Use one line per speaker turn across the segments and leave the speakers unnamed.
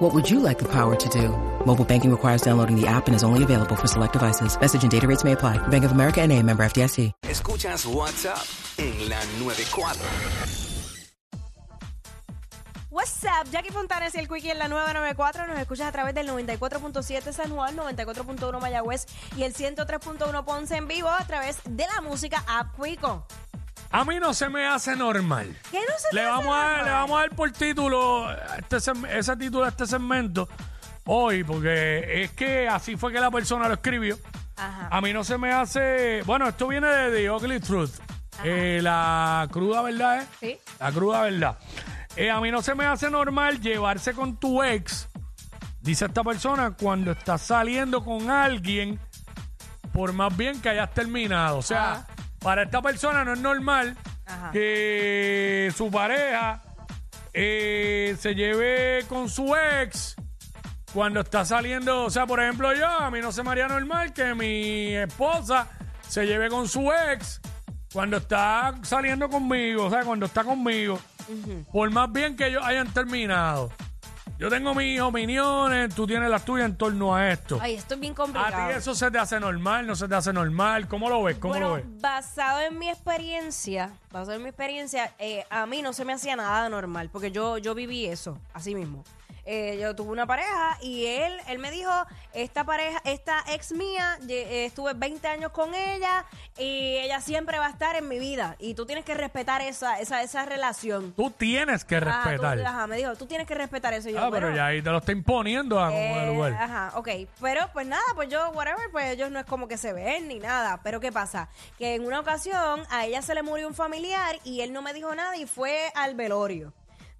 What would you like the power to do? Mobile banking requires downloading the app and is only available for select devices. Message and data rates may apply. Bank of America and a member FDIC.
Escuchas WhatsApp en la 94.
What's up, Jackie Fontanes y el Quickie en la 994. Nos escuchas a través del 94.7 San Juan, 94.1 Mayagüez y el 103.1 Ponce en vivo a través de la música App Quico.
A mí no se me hace normal.
¿Qué no se te
Le
hace
vamos, a,
normal?
le vamos a dar por título a este, sem- ese título a este segmento hoy, porque es que así fue que la persona lo escribió.
Ajá.
A mí no se me hace. Bueno, esto viene de The Ugly Truth. Eh, la cruda verdad, ¿eh?
Sí.
La cruda verdad. Eh, a mí no se me hace normal llevarse con tu ex, dice esta persona, cuando estás saliendo con alguien, por más bien que hayas terminado. O sea,
Ajá.
para esta persona no es normal
Ajá.
que su pareja eh, se lleve con su ex cuando está saliendo, o sea, por ejemplo, yo, a mí no se me haría normal que mi esposa se lleve con su ex cuando está saliendo conmigo, o sea, cuando está conmigo, por más bien que ellos hayan terminado. Yo tengo mis opiniones, tú tienes las tuyas en torno a esto.
Ay, esto es bien
¿A ti
complicado.
eso se te hace normal? ¿No se te hace normal? ¿Cómo lo ves? ¿Cómo lo
Bueno,
ves?
basado en mi experiencia, basado en mi experiencia, eh, a mí no se me hacía nada normal, porque yo, yo viví eso, así mismo. Eh, yo tuve una pareja y él, él me dijo, esta pareja, esta ex mía, ye- eh, estuve 20 años con ella y ella siempre va a estar en mi vida. Y tú tienes que respetar esa, esa, esa relación.
Tú tienes que
Ah, tú-
respetar.
ajá, me dijo, tú tienes que respetar eso. Y yo,
Ah, pero
bueno,
ya ahí te lo está imponiendo a como de
eh,
lugar.
Ajá, ok. Pero pues nada, pues yo, whatever, pues ellos no es como que se ven ni nada. Pero ¿qué pasa? Que en una ocasión a ella se le murió un familiar y él no me dijo nada y fue al velorio.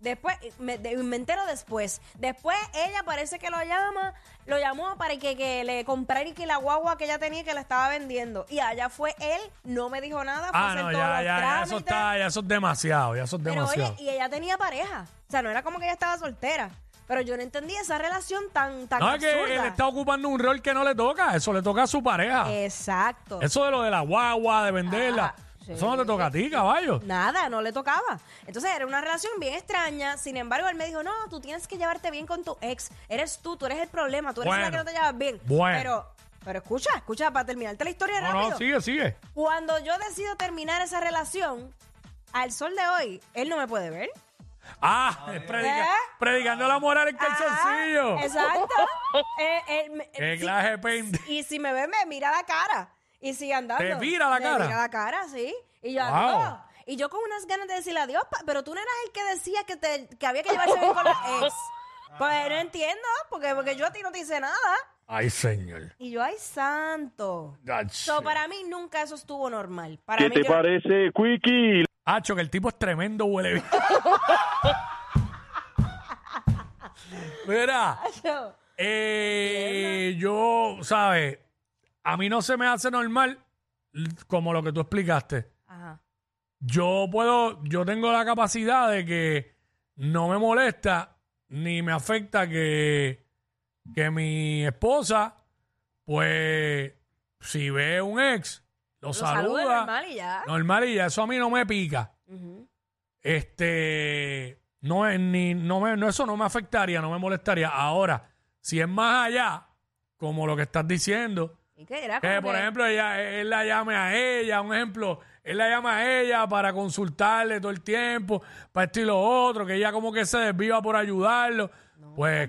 Después, me, de- me entero después. Después ella parece que lo llama, lo llamó para que, que le comprara y que la guagua que ella tenía y que la estaba vendiendo. Y allá fue él, no me dijo nada, fue
Ah,
hacer
no,
pues todos
ya, ya,
los
ya, eso
trámites.
está, ya eso es demasiado, ya eso es
Pero
demasiado.
oye, y ella tenía pareja. O sea, no era como que ella estaba soltera. Pero yo no entendí esa relación tan, tan
no, es
absurda.
que él está ocupando un rol que no le toca, eso le toca a su pareja.
Exacto.
Eso de lo de la guagua, de venderla,
Ah,
eso no te toca a ti, caballo.
Nada, no le tocaba. Entonces era una relación bien extraña. Sin embargo, él me dijo, no, tú tienes que llevarte bien con tu ex. Eres tú, tú eres el problema, tú eres la que
Bueno.
no te llevas bien.
Bueno.
Pero, pero escucha, escucha, para terminarte la historia
No,
rápido.
no, sigue, sigue.
Cuando yo decido terminar esa relación, al sol de hoy, él no me puede ver.
Ah, es predica-
¿Eh?
predicando la moral en calzoncillo.
Ah, exacto. Eh, él me-
Qué
sí,
clase de pende-
Y si me ve, me mira la cara. Y sigue andando.
¿Te mira la
Me
cara?
mira la cara, sí. Y yo,
Wow.
adiós. Y yo con unas ganas de decirle adiós, pa- pero tú no eras el que decía que, te, que había que llevarse bien con la ex. Pues no entiendo, porque, porque yo a ti no te hice nada.
Ay, señor.
Y yo, ay, santo. So, para mí nunca eso estuvo normal. Para
¿Qué
mí
te
yo-
parece, Quickie?
Hacho, que el tipo es tremendo huele bien. Mira.
Yo-
Eh, yo, ¿sabes? A mí no se me hace normal l- como lo que tú explicaste.
Ajá.
Yo puedo, yo tengo la capacidad de que no me molesta ni me afecta que, que mi esposa, pues, si ve un ex, lo,
Lo
saluda.
saluda normal y ya.
Normal y ya, eso a mí no me pica.
Ujú.
Este, no es ni, no me, no, eso no me afectaría, no me molestaría. Ahora, si es más allá, como lo que estás diciendo,
¿Y qué era?
que
como
por
que-
ejemplo ella, eh, él la llame a ella, un ejemplo, él la llama a ella para consultarle todo el tiempo, para esto y lo otro, que ella como que se desviva por ayudarlo. pues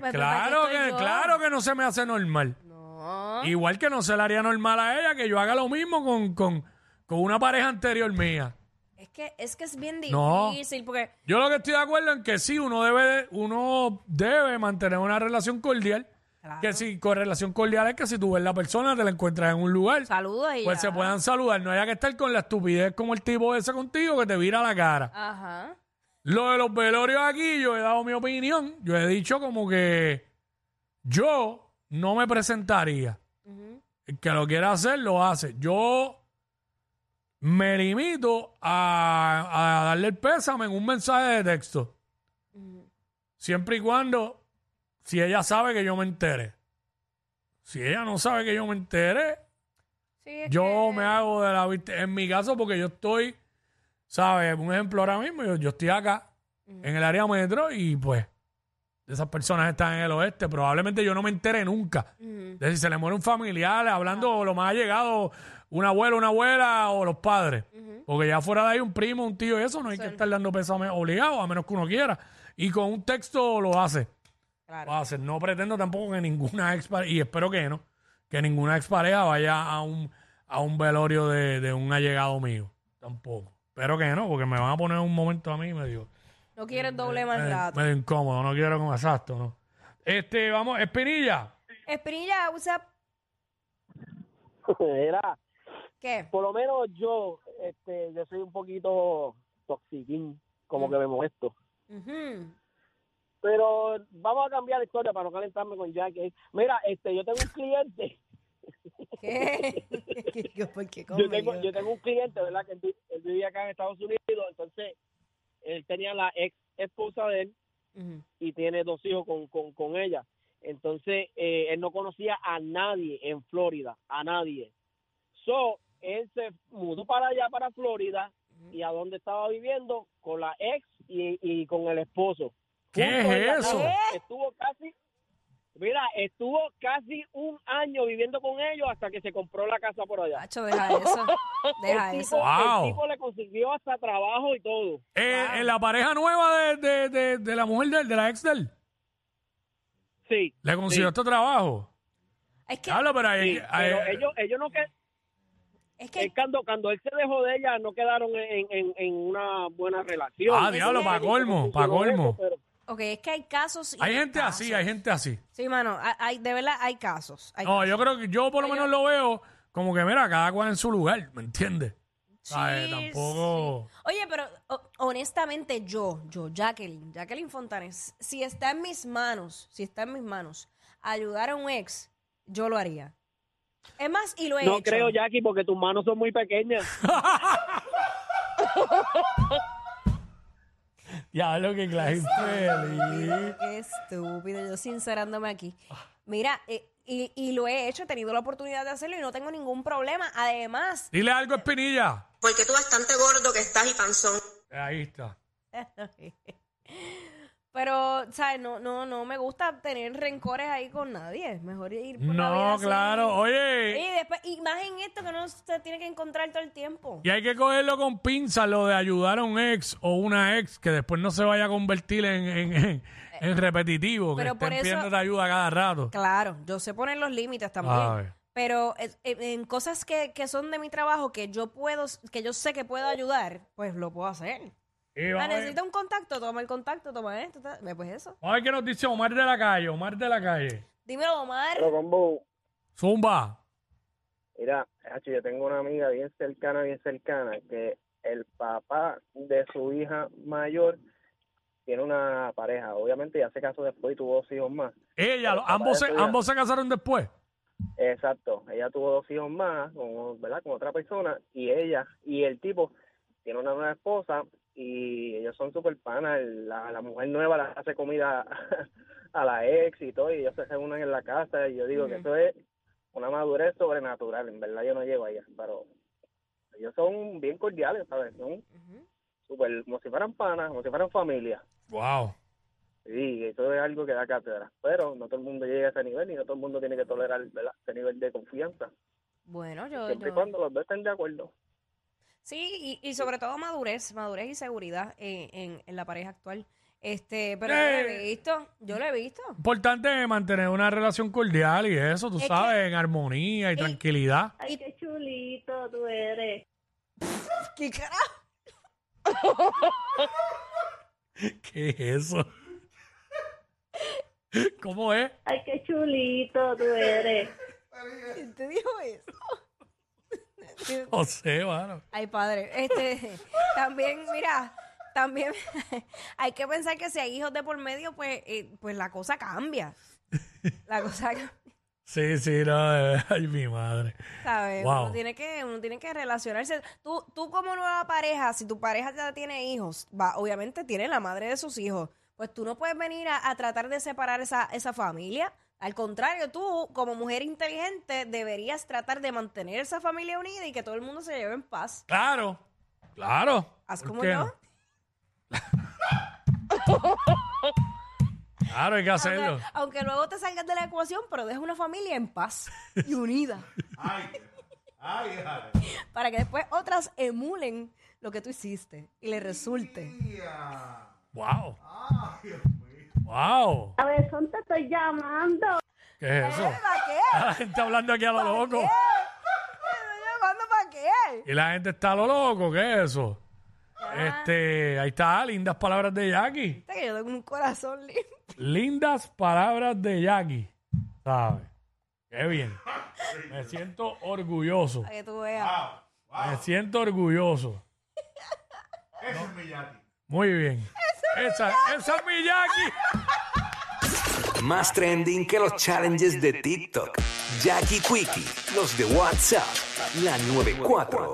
pues, ¿para qué
claro
estoy
que,
yo?
claro que no se me hace normal.
No.
Igual que no se le haría normal a ella que yo haga lo mismo con, con, con una pareja anterior mía.
Es que, es que es bien
No.
difícil, porque...
Yo lo que estoy de acuerdo en que sí, uno debe, de- uno debe mantener una relación cordial.
Claro.
Que si con relación cordial es que si tú ves la persona, te la encuentras en un lugar,
Saludos y
pues
ya.
se puedan saludar. No haya que estar con la estupidez como el tipo ese contigo que te vira la cara.
Ajá.
Lo de los velorios aquí, yo he dado mi opinión. Yo he dicho como que yo no me presentaría. El que lo quiera hacer, lo hace. Yo me limito a, a darle el pésame en un mensaje de texto. Siempre y cuando, si ella sabe que yo me entere. Si ella no sabe que yo me entere,
Sí, es
yo
que-
me hago de la vista. En mi caso, porque yo estoy, ¿sabes? Un ejemplo ahora mismo, yo, yo estoy acá, en el área metro, y pues, esas personas están en el oeste. Probablemente yo no me entere nunca. Es decir, se le muere un familiar, hablando lo más llegado, un abuelo, una abuela o los padres. Porque ya fuera de ahí un primo, un tío y eso, no hay que estar dando pésame obligado, a menos que uno quiera. Y con un texto lo hace.
Claro.
Va a ser. No pretendo tampoco que ninguna expareja, y espero que no, que ninguna expareja vaya a un, a un velorio de, de un allegado mío. Tampoco. Espero que no, porque me van a poner un momento a mí medio,
No quieres doble más
medio,
rato.
medio incómodo. No quiero con exacto, ¿no? Este, vamos, Espinilla.
Espinilla, usa...
Era,
¿Qué?
por lo menos yo, este, yo soy un poquito toxiquín, como que me molesto.
Ujú.
Pero vamos a cambiar la historia para no calentarme con Jack. Eh, Mira, este, yo tengo un cliente,
¿Qué? ¿Qué? ¿Por qué
yo tengo,
conmigo?
yo tengo un cliente, ¿verdad? Que él, vi- él vivía acá en Estados Unidos, entonces él tenía la ex esposa de él
Ujú.
y tiene dos hijos con, con, con ella. Entonces, eh, él no conocía a nadie en Florida, a nadie. So, él se mudó para allá, para Florida, y a dónde estaba viviendo, con la ex y, y con el esposo.
¿Qué
Juntos
es
en la
eso?
casa. Estuvo casi, mira, estuvo casi un año viviendo con ellos hasta que se compró la casa por allá.
Nacho, deja eso. Deja
El
eso.
tipo-
Ah, Wow.
El tipo le consiguió hasta trabajo y todo.
Eh, eh, la pareja nueva de, de- de- de la mujer de él, de la ex de él,
Sí.
le consiguió
sí.
este trabajo.
Es que,
Habla, pero eh, ahí.
Sí,
ahí-
pero ellos, ellos no que
es que
Eh, cuando, cuando él se dejó de ella, no quedaron en, en, en una buena relación.
Ah, diablo, pa' colmo, pa' colmo.
Pero,
Ok, es que hay casos. y
hay gente
casos.
así, hay gente así.
Sí, mano, hay- hay, de verdad hay casos. Hay
No, yo creo que yo por lo menos lo veo como que, mira, cada cual en su lugar, ¿me entiendes? ¿Sabes?
Sí,
Tampoco.
sí. Oye, pero o- honestamente yo, yo, Jacqueline, Jacqueline Fontanes, si está en mis manos, si está en mis manos, ayudar a un ex, yo lo haría. Es más, y lo he
no
hecho.
creo, Jackie, porque tus manos son muy pequeñas.
Ya lo que Clarín feliz.
Qué estúpido, yo sincerándome aquí. Mira, eh, y, y lo he hecho, he tenido la oportunidad de hacerlo y no tengo ningún problema. Además,
Dile algo, Espinilla.
Porque tú bastante gordo que estás y panzón.
Ahí está.
Pero, ¿sabes? No, no, no me gusta tener rencores ahí con nadie. Mejor ir por la vida
No,
así.
claro. Oye,
Y, después, y más en esto que no se tiene que encontrar todo el tiempo.
y hay que cogerlo con pinzas lo de ayudar a un ex o una ex que después no se vaya a convertir en, en, en- en repetitivo, que
Eh, Pero por
estén
eso-
pidiéndote ayuda cada rato.
Claro, yo sé poner los límites
Ay.
también. Pero es- en, en cosas que, que son de mi trabajo que yo puedo, que yo sé que puedo ayudar, pues lo puedo hacer.
Y
Ah,
vamos, a ver,
necesito un contacto, toma el contacto, toma esto, ta- eh, pues eso.
vamos a ver qué nos dice Omar de la calle, Omar de la calle.
Dímelo, Omar.
Pero combo,
Zumba.
mira, Hacho, yo tengo una amiga bien cercana, bien cercana, que el papá de su hija mayor tiene una pareja. Obviamente ya se casó después y tuvo dos hijos más.
Ella, lo-
papá
ambos, se,
de su hija.
ambos se casaron después.
Exacto, ella tuvo dos hijos más, con, ¿verdad? Con otra persona y ella y el tipo tiene una nueva esposa y ellos son super panas. El- La, la mujer nueva le hace comida a la ex y todo y ellos se reúnen en la casa y yo digo que eso es una madurez sobrenatural. En verdad yo no llego allá, pero ellos son bien cordiales, ¿sabes? Son súper, como si fueran panas, como si fueran familia.
Wow.
Sí, eso es algo que da cátedra, pero no todo el mundo llega a ese nivel y no todo el mundo tiene que tolerar ¿verdad? ese nivel de confianza.
Bueno, yo,
Siempre y
yo-
cuando los dos estén de acuerdo.
Sí, y, y sobre todo madurez, madurez y seguridad en, en- en la pareja actual. Este, pero yo lo he
Eh.
visto, yo lo he visto.
Importante mantener una relación cordial y eso, tú
Es que-
sabes, en armonía y tranquilidad.
Ay, qué chulito tú eres.
¿Qué carajo?
¿Qué es eso? ¿Cómo es?
Ay, qué chulito tú eres.
¿Quién te dijo eso?
No sé, mano.
Ay, padre. Este, también, mira, también hay que pensar que si hay hijos de por medio, pues, eh, pues la cosa cambia. La cosa cambia.
Sí, sí, no, de verdad, ay, mi madre.
¿Sabes?
Wow.
Uno, tiene que, uno tiene que relacionarse. Tú, tú como nueva pareja, si tu pareja ya tiene hijos, va, obviamente tiene la madre de sus hijos, pues tú no puedes venir a, a tratar de separar esa, esa familia. Al contrario, tú como mujer inteligente deberías tratar de mantener esa familia unida y que todo el mundo se lleve en paz.
Claro, claro.
Haz
¿Por
como
qué
yo.
no? Claro, hay que hacerlo.
Aunque, aunque luego te salgas de la ecuación, pero deja una familia en paz y unida. Para que después otras emulen lo que tú hiciste y le resulte.
Wow. Wow.
Cabezón, te estoy llamando.
¿Qué es eso?
¿Para qué?
La gente hablando aquí a lo loco.
¿Cuándo para qué?
Y la gente está a lo loco, ¿qué es eso? Este, ahí está, lindas palabras de Jackie.
que yo tengo un corazón limpio.
Lindas palabras de Jackie. ¿Sabes? Qué bien. Me siento orgulloso.
Para que tú veas.
Me siento orgulloso. Muy bien. Esa, esa es mi Jackie.
Más trending que los challenges de TikTok. Jackie Quickie, los de WhatsApp, la 94.